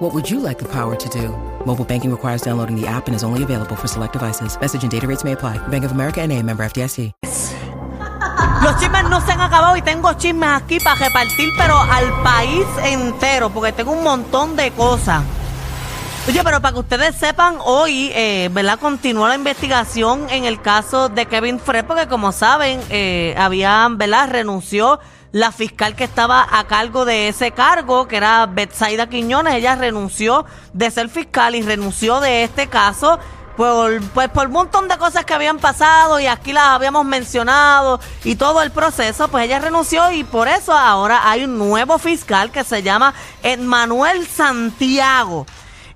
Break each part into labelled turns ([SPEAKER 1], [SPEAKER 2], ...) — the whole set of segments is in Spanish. [SPEAKER 1] What would you like the power to do? Mobile banking requires downloading the app and is only available for select devices. Message and data rates may apply. Bank of America and a member FDIC.
[SPEAKER 2] Los chismes no se han acabado y tengo chismes aquí para repartir, pero al país entero, porque tengo un montón de cosas. Oye, pero para que ustedes sepan, hoy, eh, ¿verdad? Continúa la investigación en el caso de Kevin Fred, porque como saben, eh, habían, ¿verdad? Renunció la fiscal que estaba a cargo de ese cargo, que era Betsaida Quiñones. Ella renunció de ser fiscal y renunció de este caso por, pues por un montón de cosas que habían pasado y aquí las habíamos mencionado y todo el proceso, pues ella renunció y por eso ahora hay un nuevo fiscal que se llama Manuel Santiago.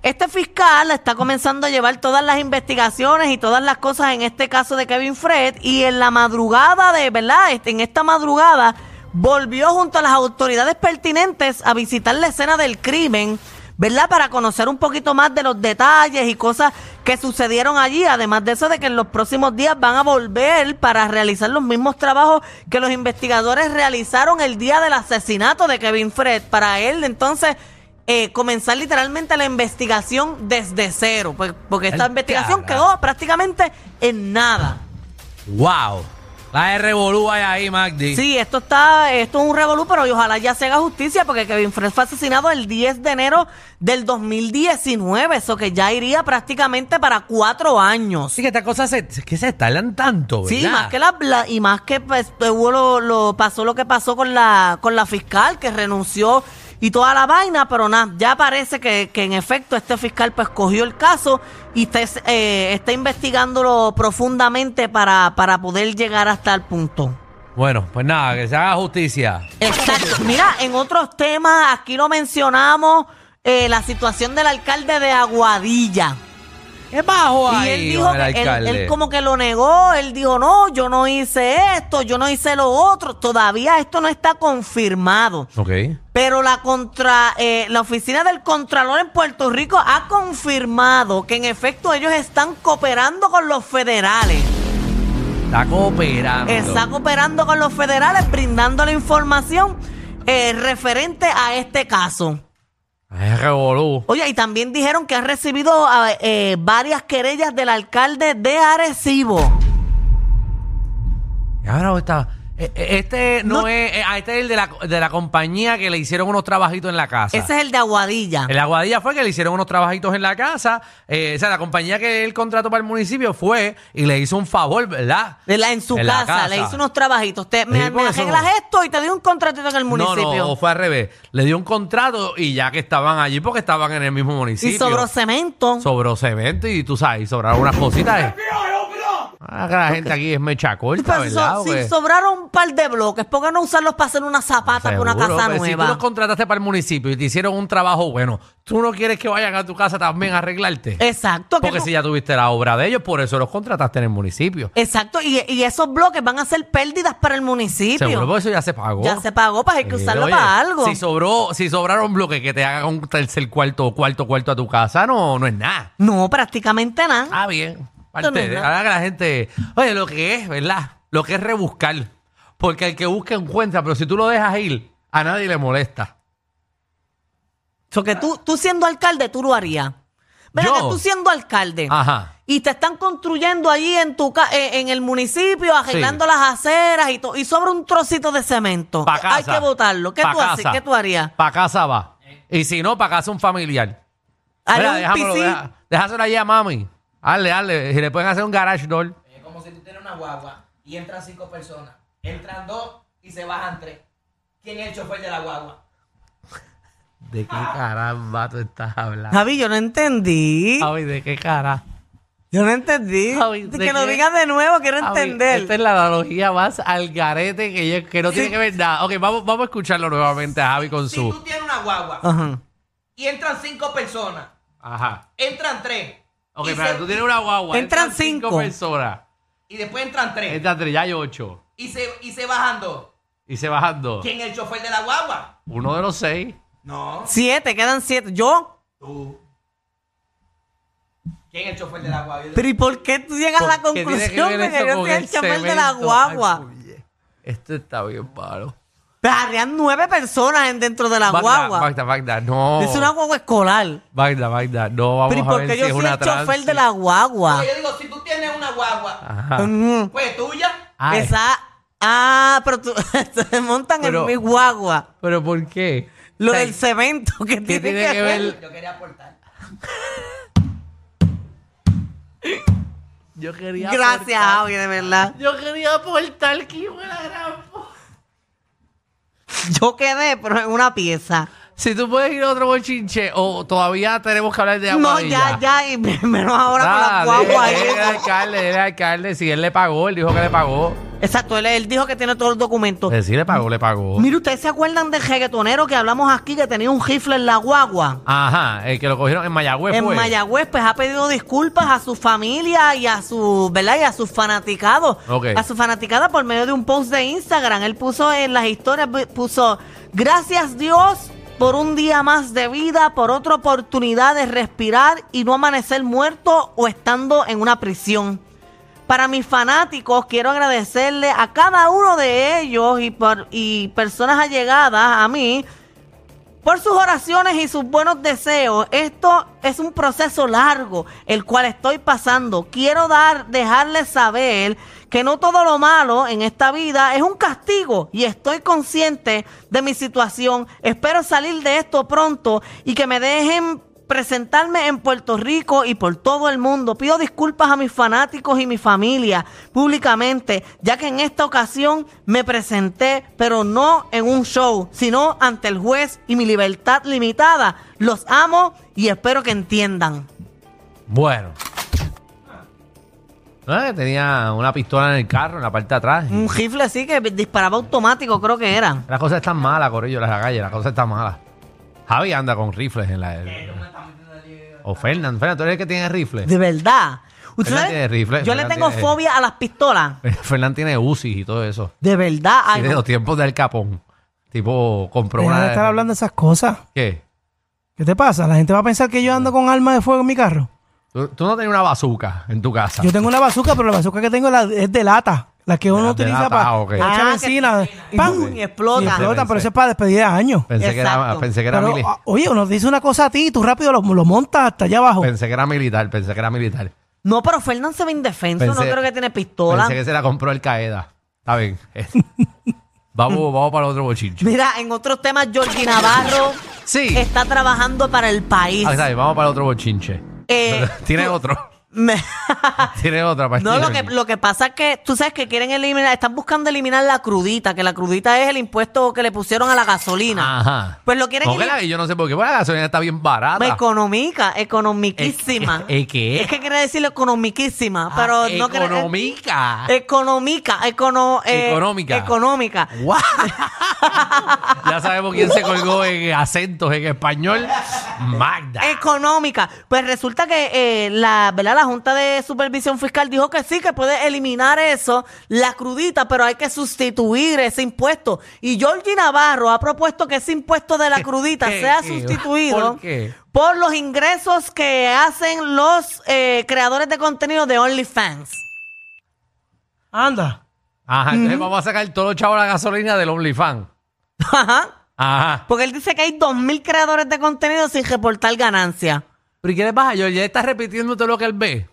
[SPEAKER 2] Este fiscal está comenzando a llevar todas las investigaciones y todas las cosas en este caso de Kevin Fred y en la madrugada de, ¿verdad? Este- En esta madrugada volvió junto a las autoridades pertinentes a visitar la escena del crimen, ¿verdad? Para conocer un poquito más de los detalles y cosas que sucedieron allí. Además de eso, de que en los próximos días van a volver para realizar los mismos trabajos que los investigadores realizaron el día del asesinato de Kevin Fred. Para él, entonces, eh, comenzar literalmente la investigación desde cero, pues, porque esta
[SPEAKER 3] El
[SPEAKER 2] investigación
[SPEAKER 3] carajo.
[SPEAKER 2] quedó prácticamente en nada.
[SPEAKER 3] ¡Wow! La R hay ahí, Magdi.
[SPEAKER 2] Sí, esto está, esto es un revolú, pero y ojalá ya se haga justicia, porque Kevin Fred fue asesinado el 10 de enero del 2019, eso que ya iría prácticamente para cuatro años.
[SPEAKER 3] Así que estas cosas se, que se tardan tanto, ¿verdad?
[SPEAKER 2] Sí, más que la, la- y más que pues, hubo lo, lo- pasó lo que pasó con la con la fiscal que renunció y toda la vaina, pero nada, ya parece que, que en efecto este fiscal pues cogió el caso y está, es- eh, está investigándolo profundamente para, para poder llegar hasta el punto.
[SPEAKER 3] Bueno, pues nada, que se haga justicia.
[SPEAKER 2] Exacto. Mira, en otros temas, aquí lo mencionamos, eh, la situación del alcalde de Aguadilla.
[SPEAKER 3] Es bajo
[SPEAKER 2] Y
[SPEAKER 3] ahí,
[SPEAKER 2] él dijo
[SPEAKER 3] con
[SPEAKER 2] que
[SPEAKER 3] el
[SPEAKER 2] él- él,
[SPEAKER 3] alcalde.
[SPEAKER 2] como que lo negó, él dijo, no, yo no hice esto, yo no hice lo otro, todavía esto no está confirmado.
[SPEAKER 3] Ok.
[SPEAKER 2] Pero la contra, eh, la oficina del Contralor en Puerto Rico ha confirmado que en efecto ellos están cooperando con los federales.
[SPEAKER 3] Está cooperando.
[SPEAKER 2] Está cooperando con los federales, brindando la información eh, referente a este caso.
[SPEAKER 3] Es revolú.
[SPEAKER 2] Oye, y también dijeron que han recibido a- eh, varias querellas del alcalde de Arecibo.
[SPEAKER 3] Y ahora está... e- e- Este no,
[SPEAKER 2] No.
[SPEAKER 3] es... eh, ah, Este es el de la, de la compañía que le hicieron unos trabajitos en la casa.
[SPEAKER 2] Ese es el de Aguadilla.
[SPEAKER 3] El aguadilla fue que le hicieron unos trabajitos en la casa. eh, o sea, la compañía que él contrató para el municipio fue y le hizo un favor, ¿verdad?
[SPEAKER 2] ¿Verdad? En su
[SPEAKER 3] En la
[SPEAKER 2] casa,
[SPEAKER 3] casa.
[SPEAKER 2] le hizo unos trabajitos. Te, me,
[SPEAKER 3] Sí,
[SPEAKER 2] me
[SPEAKER 3] por eso.
[SPEAKER 2] arreglas esto y te doy un contratito en el municipio.
[SPEAKER 3] No, no, o fue al revés. Le dio un contrato y ya que estaban allí porque estaban en el mismo municipio.
[SPEAKER 2] y sobró cemento.
[SPEAKER 3] Sobró cemento y tú sabes, y sobraron unas cositas. eh. Ah, que la gente aquí es mecha corta,
[SPEAKER 2] Pero si pues, so-
[SPEAKER 3] ¿verdad? Pues-
[SPEAKER 2] si
[SPEAKER 3] Porque-
[SPEAKER 2] sobraron un par de bloques, ¿por qué no usarlos para hacer una zapata para una
[SPEAKER 3] Seguro,
[SPEAKER 2] casa
[SPEAKER 3] pues, Si tú
[SPEAKER 2] nueva?
[SPEAKER 3] los contrataste para el municipio y te hicieron un trabajo bueno, tú no quieres que vayan a tu casa también a arreglarte.
[SPEAKER 2] Exacto. que
[SPEAKER 3] porque
[SPEAKER 2] no-
[SPEAKER 3] si ya tuviste la obra de ellos, por eso los contrataste en el municipio.
[SPEAKER 2] Exacto. Y, y esos bloques van a ser pérdidas para el municipio.
[SPEAKER 3] Seguro, por eso ya se pagó.
[SPEAKER 2] Ya se pagó, para hay que
[SPEAKER 3] Sí,
[SPEAKER 2] usarlo
[SPEAKER 3] oye,
[SPEAKER 2] para algo.
[SPEAKER 3] Si sobró, si sobraron bloques que te hagan un tercer cuarto o cuarto cuarto a tu casa, no, no es nada.
[SPEAKER 2] No, prácticamente nada.
[SPEAKER 3] Ah, bien.
[SPEAKER 2] Esto
[SPEAKER 3] Parte
[SPEAKER 2] no es
[SPEAKER 3] de,
[SPEAKER 2] nada.
[SPEAKER 3] ahora que la gente. Oye, lo que es, ¿verdad? Lo que es rebuscar. Porque el que busca encuentra, pero si tú lo dejas ir, a nadie le molesta.
[SPEAKER 2] So que tú, tú siendo alcalde, tú lo harías. Pero
[SPEAKER 3] Yo. Ah.
[SPEAKER 2] que tú siendo alcalde.
[SPEAKER 3] Ajá.
[SPEAKER 2] Y te están construyendo allí en tu ca- eh, en el municipio, arreglando las aceras y todo. Y sobre un trocito de cemento.
[SPEAKER 3] Pa' casa.
[SPEAKER 2] Hay que botarlo. ¿Qué
[SPEAKER 3] Pa'
[SPEAKER 2] tú, haces?
[SPEAKER 3] casa.
[SPEAKER 2] ¿Qué tú harías?
[SPEAKER 3] Pa' casa va. Y si no, pa' casa un familiar.
[SPEAKER 2] Haría
[SPEAKER 3] Mira,
[SPEAKER 2] Eh. un
[SPEAKER 3] déjamelo,
[SPEAKER 2] pisín.
[SPEAKER 3] deja- déjaselo allí a mami. Hazle, hazle. Si le pueden hacer un garage door.
[SPEAKER 4] Es Eh, como si tú tienes una guagua y entran cinco personas. Entran dos y se bajan tres. ¿Quién es el chofer de la guagua?
[SPEAKER 3] ¿De qué caramba tú estás hablando?
[SPEAKER 2] Javi, yo no entendí.
[SPEAKER 3] Javi, ¿de qué cara?
[SPEAKER 2] Yo no entendí.
[SPEAKER 3] Javi, ¿de
[SPEAKER 2] que lo
[SPEAKER 3] qué?
[SPEAKER 2] digas de nuevo, quiero
[SPEAKER 3] Javi,
[SPEAKER 2] entender.
[SPEAKER 3] Esta es la analogía más al garete que, yo- que no tiene que ver nada. Ok, vamos, vamos a escucharlo nuevamente a Javi con
[SPEAKER 4] Si tú
[SPEAKER 3] su...
[SPEAKER 4] tienes una guagua
[SPEAKER 2] Ajá.
[SPEAKER 4] y entran cinco personas,
[SPEAKER 3] Ajá.
[SPEAKER 4] entran tres.
[SPEAKER 3] Ok,
[SPEAKER 4] y
[SPEAKER 3] pero
[SPEAKER 4] se-
[SPEAKER 3] tú tienes una guagua.
[SPEAKER 2] Entran
[SPEAKER 3] cinco
[SPEAKER 2] cinco.
[SPEAKER 3] personas.
[SPEAKER 4] y después entran tres.
[SPEAKER 3] Entra tres, ya hay ocho.
[SPEAKER 4] Y se, y se bajan dos.
[SPEAKER 3] Y se bajan dos.
[SPEAKER 4] ¿Quién es el chofer de la guagua?
[SPEAKER 3] Uno de los seis.
[SPEAKER 4] No.
[SPEAKER 2] Siete, quedan siete. ¿Yo?
[SPEAKER 4] Tú. ¿Quién es el chofer de la guagua? Yo-
[SPEAKER 2] ¿Pero y por qué tú llegas a la
[SPEAKER 3] ¿Qué tiene que
[SPEAKER 2] conclusión
[SPEAKER 3] ver
[SPEAKER 2] de
[SPEAKER 3] eso
[SPEAKER 2] que yo
[SPEAKER 3] con
[SPEAKER 2] soy el chofer de la
[SPEAKER 3] cemento?
[SPEAKER 2] guagua?
[SPEAKER 3] Ay, oye, Esto está bien malo.
[SPEAKER 2] Tarrean nueve personas en- dentro de la
[SPEAKER 3] Magda,
[SPEAKER 2] guagua.
[SPEAKER 3] Magda, Magda, no.
[SPEAKER 2] Es una guagua escolar.
[SPEAKER 3] Magda, Magda, no. Vamos
[SPEAKER 2] Pero ¿y
[SPEAKER 3] a
[SPEAKER 2] por
[SPEAKER 3] ver
[SPEAKER 2] qué
[SPEAKER 3] si
[SPEAKER 2] yo
[SPEAKER 3] es
[SPEAKER 2] soy
[SPEAKER 3] una
[SPEAKER 2] el chofer
[SPEAKER 3] transi.
[SPEAKER 2] de la guagua?
[SPEAKER 4] Yo digo, si tú tienes una guagua,
[SPEAKER 3] Ajá.
[SPEAKER 2] Mm,
[SPEAKER 4] pues tuya.
[SPEAKER 3] Ah. Ay,
[SPEAKER 2] Esa... Ah, pero tú se montan
[SPEAKER 3] Pero-
[SPEAKER 2] en mi guagua.
[SPEAKER 3] Pero ¿por qué?
[SPEAKER 2] Lo
[SPEAKER 3] O sea,
[SPEAKER 2] del cemento que
[SPEAKER 3] ¿Qué
[SPEAKER 2] tiene,
[SPEAKER 3] tiene que ver?
[SPEAKER 4] Yo quería aportar.
[SPEAKER 3] Yo quería.
[SPEAKER 2] Gracias,
[SPEAKER 3] aportar-
[SPEAKER 2] Javi, de verdad.
[SPEAKER 3] Yo quería aportar que hijo de la gran pu-
[SPEAKER 2] Yo quedé, pero en una pieza.
[SPEAKER 3] Si tú puedes ir a otro bochinche o todavía tenemos que hablar de agua.
[SPEAKER 2] no, ya, ya, y menos ahora
[SPEAKER 3] Nada,
[SPEAKER 2] con la guagua ahí.
[SPEAKER 3] dile- dile al alcalde, dile al alcalde. Si él le pagó, él dijo que le pagó.
[SPEAKER 2] Exacto, él, él dijo que tiene todos los documentos.
[SPEAKER 3] Eh, Sí, le pagó, le pagó.
[SPEAKER 2] Mire, ¿ustedes se acuerdan del reggaetonero que hablamos aquí que tenía un rifle en la guagua?
[SPEAKER 3] Ajá, el que lo cogieron en Mayagüez.
[SPEAKER 2] En
[SPEAKER 3] fue.
[SPEAKER 2] Mayagüez, pues ha pedido disculpas a su familia y a su, ¿verdad? Y a sus fanaticados.
[SPEAKER 3] Ok.
[SPEAKER 2] A su fanaticada por medio de un post de Instagram. Él puso en las historias, bu- puso, gracias Dios por un día más de vida, por otra oportunidad de respirar y no amanecer muerto o estando en una prisión. Para mis fanáticos, quiero agradecerle a cada uno de ellos y, por, y personas allegadas a mí por sus oraciones y sus buenos deseos. Esto es un proceso largo, el cual estoy pasando. Quiero dar, dejarles saber que no todo lo malo en esta vida es un castigo y estoy consciente de mi situación. Espero salir de esto pronto y que me dejen presentarme en Puerto Rico y por todo el mundo. Pido disculpas a mis fanáticos y mi familia públicamente, ya que en esta ocasión me presenté, pero no en un show, sino ante el juez y mi libertad limitada. Los amo y espero que entiendan.
[SPEAKER 3] Bueno. Ah, tenía una pistola en el carro, en la parte de atrás.
[SPEAKER 2] Un rifle así que disparaba automático, creo que era.
[SPEAKER 3] Las cosas están malas, Corillo, en la calle, las cosas están malas. Javi anda con rifles en la. O Fernán, Fernán, tú eres el que tiene rifle.
[SPEAKER 2] De verdad. ¿Ustedes
[SPEAKER 3] Fernan tiene rifle,
[SPEAKER 2] Yo le
[SPEAKER 3] Fernan
[SPEAKER 2] tengo
[SPEAKER 3] tiene-
[SPEAKER 2] fobia a las pistolas.
[SPEAKER 3] Fernán tiene UCI y todo eso.
[SPEAKER 2] De verdad. ay,
[SPEAKER 3] Tiene
[SPEAKER 2] no.
[SPEAKER 3] los tiempos del capón. Tipo, compró
[SPEAKER 5] Deja
[SPEAKER 3] una.
[SPEAKER 5] de estar hablando de esas cosas.
[SPEAKER 3] ¿Qué?
[SPEAKER 5] ¿Qué te pasa? La gente va a pensar que yo ando con armas de fuego en mi carro.
[SPEAKER 3] ¿Tú, tú no tenías una bazuca en tu casa.
[SPEAKER 5] Yo tengo una bazooka, pero la bazooka que tengo la- es de lata. La que uno
[SPEAKER 3] las de
[SPEAKER 5] utiliza
[SPEAKER 3] lata, ah,
[SPEAKER 5] para
[SPEAKER 3] ok.
[SPEAKER 5] para echar
[SPEAKER 2] Ah, que-
[SPEAKER 5] benzina.
[SPEAKER 2] y
[SPEAKER 5] ¡Pam!
[SPEAKER 2] boom, y explota.
[SPEAKER 5] Y
[SPEAKER 3] Pensé,
[SPEAKER 5] pero
[SPEAKER 3] pensé.
[SPEAKER 5] eso es para despedir de año.
[SPEAKER 3] pensé, que era,
[SPEAKER 2] Exacto.
[SPEAKER 3] pensé que era
[SPEAKER 5] Pero,
[SPEAKER 3] mili-
[SPEAKER 5] ah, oye, uno dice una cosa a ti y tú rápido lo, lo montas hasta allá abajo.
[SPEAKER 3] pensé que era militar, pensé que era militar.
[SPEAKER 2] No, pero Fernan se ve indefenso. no
[SPEAKER 3] Pensé-
[SPEAKER 2] creo que tiene pistola.
[SPEAKER 3] Pensé que se la compró el Caeda. Está bien. vamos, vamos para el otro bochincho.
[SPEAKER 2] Mira, en otros temas, Georgie Navarro
[SPEAKER 3] Sí.
[SPEAKER 2] está trabajando para el país.
[SPEAKER 3] Ah, está bien, vamos para el otro bochinche.
[SPEAKER 2] Eh,
[SPEAKER 3] Tiene otro.
[SPEAKER 2] me-
[SPEAKER 3] Tiene otra para
[SPEAKER 2] no, lo que,
[SPEAKER 3] Steven.
[SPEAKER 2] lo que pasa es que tú sabes que quieren eliminar, están buscando eliminar la crudita, que la crudita es el impuesto que le pusieron a la gasolina.
[SPEAKER 3] Ajá.
[SPEAKER 2] Pues lo quieren
[SPEAKER 3] No, que la- yo no sé por qué. Porque la gasolina está bien barata.
[SPEAKER 2] Me económica, economiquísima.
[SPEAKER 3] Eh, eh, ¿qué?
[SPEAKER 2] Es que quiere decir economiquísima,
[SPEAKER 3] Ah,
[SPEAKER 2] pero no Eh, quiere-
[SPEAKER 3] Económica.
[SPEAKER 2] Económica, econo- eh,
[SPEAKER 3] Económica.
[SPEAKER 2] Económica.
[SPEAKER 3] Guau. ya sabemos quién se colgó en acentos en español. Magda.
[SPEAKER 2] Eh, económica. Pues resulta que eh, la, ¿verdad? la Junta de Supervisión Fiscal dijo que sí, que puede eliminar eso, la crudita, pero hay que sustituir ese impuesto. Y Georgie Navarro ha propuesto que ese impuesto de la crudita
[SPEAKER 3] qué,
[SPEAKER 2] sea
[SPEAKER 3] qué?
[SPEAKER 2] sustituido
[SPEAKER 3] ¿Por qué?
[SPEAKER 2] por los ingresos que hacen los eh, creadores de contenido de OnlyFans.
[SPEAKER 5] Anda.
[SPEAKER 3] Ajá, entonces vamos a sacar todos los chavos de la gasolina del OnlyFans.
[SPEAKER 2] Ajá.
[SPEAKER 3] Ajá.
[SPEAKER 2] Porque él dice que hay 2.000 creadores de contenido sin reportar ganancia.
[SPEAKER 3] ¿Pero y qué le pasa? Yo ya está repitiendo todo lo que él ve.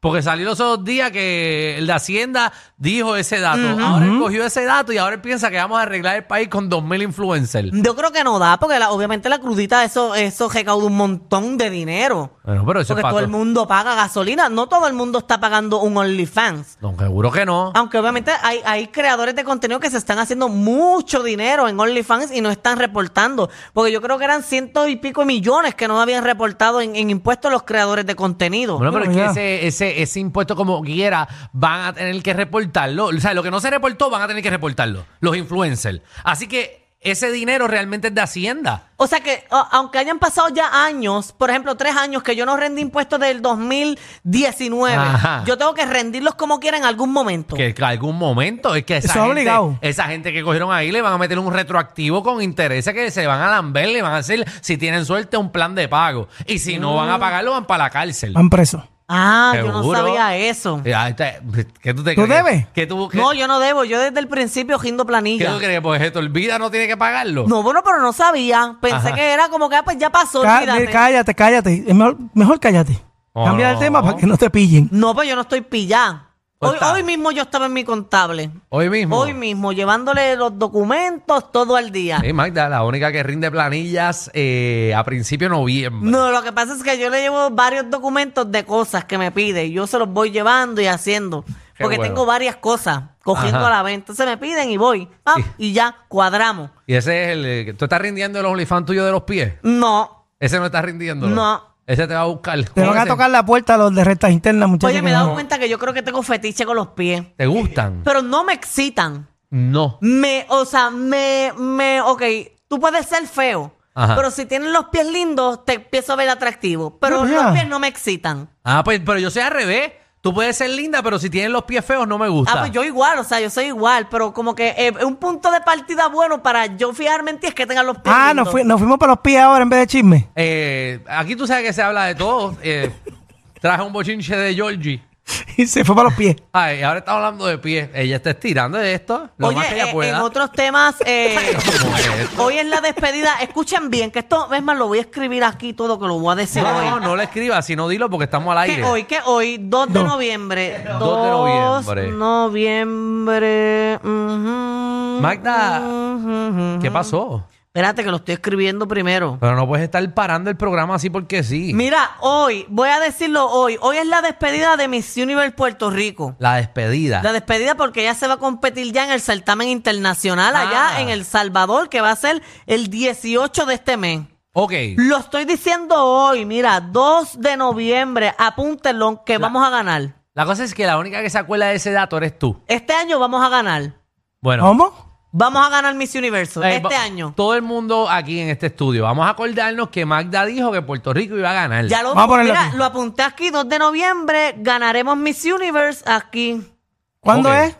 [SPEAKER 3] Porque salió los otros días que el de Hacienda dijo ese dato. Ahora él cogió ese dato y ahora él piensa que vamos a arreglar el país con 2.000 influencers.
[SPEAKER 2] Yo creo que no da, porque la- obviamente la crudita, eso, eso recauda un montón de dinero.
[SPEAKER 3] Bueno, pero eso
[SPEAKER 2] Porque
[SPEAKER 3] es para
[SPEAKER 2] todo el mundo paga gasolina. No todo el mundo está pagando un OnlyFans.
[SPEAKER 3] No, seguro que no.
[SPEAKER 2] Aunque obviamente hay, hay creadores de contenido que se están haciendo mucho dinero en OnlyFans y no están reportando. Porque yo creo que eran ciento y pico millones que no habían reportado en, en impuestos los creadores de contenido.
[SPEAKER 3] Bueno, pero es que
[SPEAKER 5] Mira.
[SPEAKER 3] ese, ese, ese impuesto como quiera van a tener que reportarlo. O sea, lo que no se reportó van a tener que reportarlo, los influencers. Así que ese dinero realmente es de Hacienda.
[SPEAKER 2] O sea que, a- aunque hayan pasado ya años, por ejemplo, tres años que yo no rendí impuestos del 2019,
[SPEAKER 3] Ajá.
[SPEAKER 2] yo tengo que rendirlos como quiera en algún momento.
[SPEAKER 3] Que en algún momento es que esa,
[SPEAKER 5] Eso es
[SPEAKER 3] gente,
[SPEAKER 5] obligado.
[SPEAKER 3] esa gente que cogieron ahí le van a meter un retroactivo con intereses que se van a lamber, le van a hacer, si tienen suerte, un plan de pago. Y si no van a
[SPEAKER 5] Mm.
[SPEAKER 3] pagarlo, van para la cárcel.
[SPEAKER 5] Van presos.
[SPEAKER 2] Ah, yo no
[SPEAKER 3] Seguro.
[SPEAKER 2] sabía eso.
[SPEAKER 3] Eh, ahí está. ¿Qué tú te
[SPEAKER 5] ¿Tú
[SPEAKER 3] crees?
[SPEAKER 5] debes?
[SPEAKER 3] ¿Qué tú, qué-
[SPEAKER 2] No, yo no debo. Yo desde el principio gindo
[SPEAKER 3] qué
[SPEAKER 2] planilla.
[SPEAKER 3] tú crees? Pues esto, olvida, no tiene que pagarlo.
[SPEAKER 2] No, bueno, pero no sabía. Pensé
[SPEAKER 3] Ajá.
[SPEAKER 2] que era como que ah, pues ya pasó.
[SPEAKER 5] Cá-
[SPEAKER 2] olvídate.
[SPEAKER 5] cállate, cállate. Es mejor, mejor cállate.
[SPEAKER 3] Oh,
[SPEAKER 5] Cambia
[SPEAKER 3] no.
[SPEAKER 5] el tema para que no te pillen.
[SPEAKER 2] No, pues yo no estoy pillada.
[SPEAKER 3] Pues
[SPEAKER 2] Hoy,
[SPEAKER 3] está.
[SPEAKER 2] hoy mismo yo estaba en mi contable.
[SPEAKER 3] Hoy mismo.
[SPEAKER 2] Hoy mismo, llevándole los documentos todo al día.
[SPEAKER 3] Sí, Magda, la única que rinde planillas eh, a principio de noviembre.
[SPEAKER 2] No, lo que pasa es que yo le llevo varios documentos de cosas que me pide y yo se los voy llevando y haciendo.
[SPEAKER 3] Qué
[SPEAKER 2] Porque
[SPEAKER 3] bueno.
[SPEAKER 2] tengo varias cosas cogiendo
[SPEAKER 3] Ajá.
[SPEAKER 2] a la venta. Entonces me piden y voy. Ah, y ya, cuadramos.
[SPEAKER 3] Y ese es el. eh, ¿Tú estás rindiendo el OnlyFans tuyo de los pies?
[SPEAKER 2] No.
[SPEAKER 3] Ese no estás rindiendo.
[SPEAKER 2] No.
[SPEAKER 3] Ese te va a buscar.
[SPEAKER 5] Te van a
[SPEAKER 3] Ese-
[SPEAKER 5] tocar la puerta a los de rectas internas, muchachos.
[SPEAKER 2] Oye, me
[SPEAKER 5] que
[SPEAKER 2] he
[SPEAKER 5] no-
[SPEAKER 2] dado cuenta que yo creo que tengo fetiche con los pies.
[SPEAKER 3] ¿Te gustan?
[SPEAKER 2] Pero no me excitan.
[SPEAKER 3] No.
[SPEAKER 2] Me, o sea, me, me, ok, tú puedes ser feo.
[SPEAKER 3] Ajá.
[SPEAKER 2] Pero si tienes los pies lindos, te empiezo a ver atractivo. Pero
[SPEAKER 5] No,
[SPEAKER 2] los
[SPEAKER 5] mira.
[SPEAKER 2] pies no me excitan.
[SPEAKER 3] Ah, pues, pero yo soy al revés. Tú puedes ser linda, pero si tienes los pies feos, no me gusta.
[SPEAKER 2] Ah, pues yo igual, o sea, yo soy igual, pero como que eh, un punto de partida bueno para yo fijarme en ti es que tengan los pies.
[SPEAKER 5] Ah,
[SPEAKER 2] lindos.
[SPEAKER 5] nos, fui- nos fuimos para los pies ahora en vez de chisme.
[SPEAKER 3] Eh, aquí tú sabes que se habla de todo. Eh, traje un bochinche de Georgie.
[SPEAKER 5] Y se fue para los pies.
[SPEAKER 3] Ay, ahora está hablando de pies. Ella está estirando de esto. Lo
[SPEAKER 2] Oye,
[SPEAKER 3] más que ella
[SPEAKER 2] eh, en
[SPEAKER 3] pueda.
[SPEAKER 2] otros temas, eh,
[SPEAKER 3] ¿Cómo es esto?
[SPEAKER 2] hoy es la despedida. Escuchen bien, que esto, es más, lo voy a escribir aquí todo, que lo voy a decir
[SPEAKER 3] No,
[SPEAKER 2] hoy.
[SPEAKER 3] no, no le escribas, sino dilo porque estamos al
[SPEAKER 2] que
[SPEAKER 3] aire.
[SPEAKER 2] hoy, que hoy, 2 de
[SPEAKER 5] No.
[SPEAKER 2] noviembre. 2
[SPEAKER 3] 2 de noviembre.
[SPEAKER 2] noviembre. ujú,
[SPEAKER 3] Magda,
[SPEAKER 2] ujú, ujú.
[SPEAKER 3] ¿Qué pasó?
[SPEAKER 2] Espérate, que lo estoy escribiendo primero.
[SPEAKER 3] Pero no puedes estar parando el programa así porque sí.
[SPEAKER 2] Mira, hoy, voy a decirlo hoy. Hoy es la despedida de Miss Universe Puerto Rico.
[SPEAKER 3] La despedida.
[SPEAKER 2] La despedida porque ella se va a competir ya en el certamen internacional
[SPEAKER 3] Ah.
[SPEAKER 2] allá en El Salvador, que va a ser el 18 de este mes.
[SPEAKER 3] Ok.
[SPEAKER 2] Lo estoy diciendo hoy, mira, 2 de noviembre, apúntenlo que vamos a ganar.
[SPEAKER 3] La cosa es que la única que se acuerda de ese dato eres tú.
[SPEAKER 2] Este año vamos a ganar.
[SPEAKER 3] Bueno.
[SPEAKER 5] ¿Cómo?
[SPEAKER 2] Vamos a ganar Miss Universo
[SPEAKER 3] eh,
[SPEAKER 2] este
[SPEAKER 3] va-
[SPEAKER 2] año.
[SPEAKER 3] Todo el mundo aquí en este estudio. Vamos a acordarnos que Magda dijo que Puerto Rico iba a ganar.
[SPEAKER 2] Ya lo,
[SPEAKER 5] Vamos a ponerlo
[SPEAKER 2] mira,
[SPEAKER 5] aquí.
[SPEAKER 2] lo apunté aquí, 2 de noviembre, ganaremos Miss Universe aquí
[SPEAKER 5] ¿Cuándo
[SPEAKER 3] Ok.
[SPEAKER 5] es?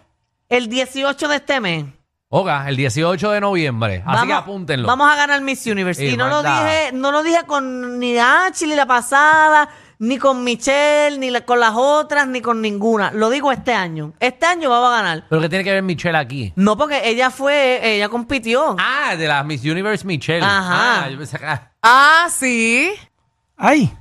[SPEAKER 2] el 18 de este mes.
[SPEAKER 3] Oga, el 18 de noviembre. Así que apúntenlo.
[SPEAKER 2] Vamos a ganar Miss Universe.
[SPEAKER 3] Sí,
[SPEAKER 2] y no lo
[SPEAKER 3] manda.
[SPEAKER 2] dije, no lo dije con ni H ni la pasada, ni con Michelle, ni la- con las otras, ni con ninguna. Lo digo este año. Este año vamos a ganar.
[SPEAKER 3] Pero que tiene que ver Michelle aquí.
[SPEAKER 2] No, porque ella fue, ella compitió.
[SPEAKER 3] Ah, de la Miss Universe Michelle.
[SPEAKER 2] Ajá.
[SPEAKER 3] Ah, yo pensé, que,
[SPEAKER 6] Ah, sí.
[SPEAKER 5] Ay.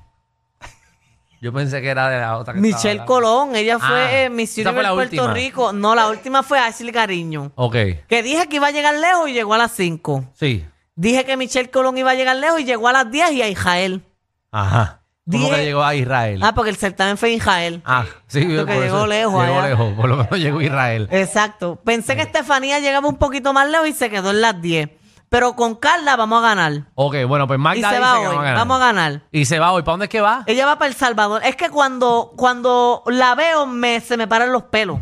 [SPEAKER 3] yo pensé que era de la otra que
[SPEAKER 2] Michelle
[SPEAKER 3] estaba hablando.
[SPEAKER 2] Colón, ella fue
[SPEAKER 3] Ah,
[SPEAKER 2] eh, Miss
[SPEAKER 3] esa fue
[SPEAKER 2] Universe
[SPEAKER 3] la
[SPEAKER 2] Puerto
[SPEAKER 3] última.
[SPEAKER 2] Rico. No, la última fue Ashley Cariño.
[SPEAKER 3] Ok.
[SPEAKER 2] Que dije que iba a llegar lejos y llegó a las 5.
[SPEAKER 3] Sí.
[SPEAKER 2] Dije que Michelle Colón iba a llegar lejos y llegó a las 10 y a Israel.
[SPEAKER 3] Ajá. ¿Cómo
[SPEAKER 2] Dije-
[SPEAKER 3] que llegó a Israel?
[SPEAKER 2] Ah, porque el certamen fue en Israel.
[SPEAKER 3] Ah, sí,
[SPEAKER 2] Tanto que
[SPEAKER 3] por
[SPEAKER 2] llegó lejos
[SPEAKER 3] Llegó
[SPEAKER 2] allá.
[SPEAKER 3] lejos, por lo menos llegó a Israel.
[SPEAKER 2] Exacto. Pensé que Estefanía llegaba un poquito más lejos y se quedó en las 10. Pero con Carla vamos a ganar.
[SPEAKER 3] Ok, bueno, pues
[SPEAKER 2] Y
[SPEAKER 3] Magda
[SPEAKER 2] se
[SPEAKER 3] dice
[SPEAKER 2] va hoy.
[SPEAKER 3] que vamos a ganar.
[SPEAKER 2] Vamos a ganar.
[SPEAKER 3] Y se va hoy. ¿Para dónde es que va?
[SPEAKER 2] Ella va para El Salvador. Es que cuando, cuando la veo me, se me paran los pelos.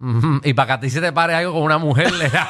[SPEAKER 3] Ujú, Y para que a ti se te pare algo con una mujer. le-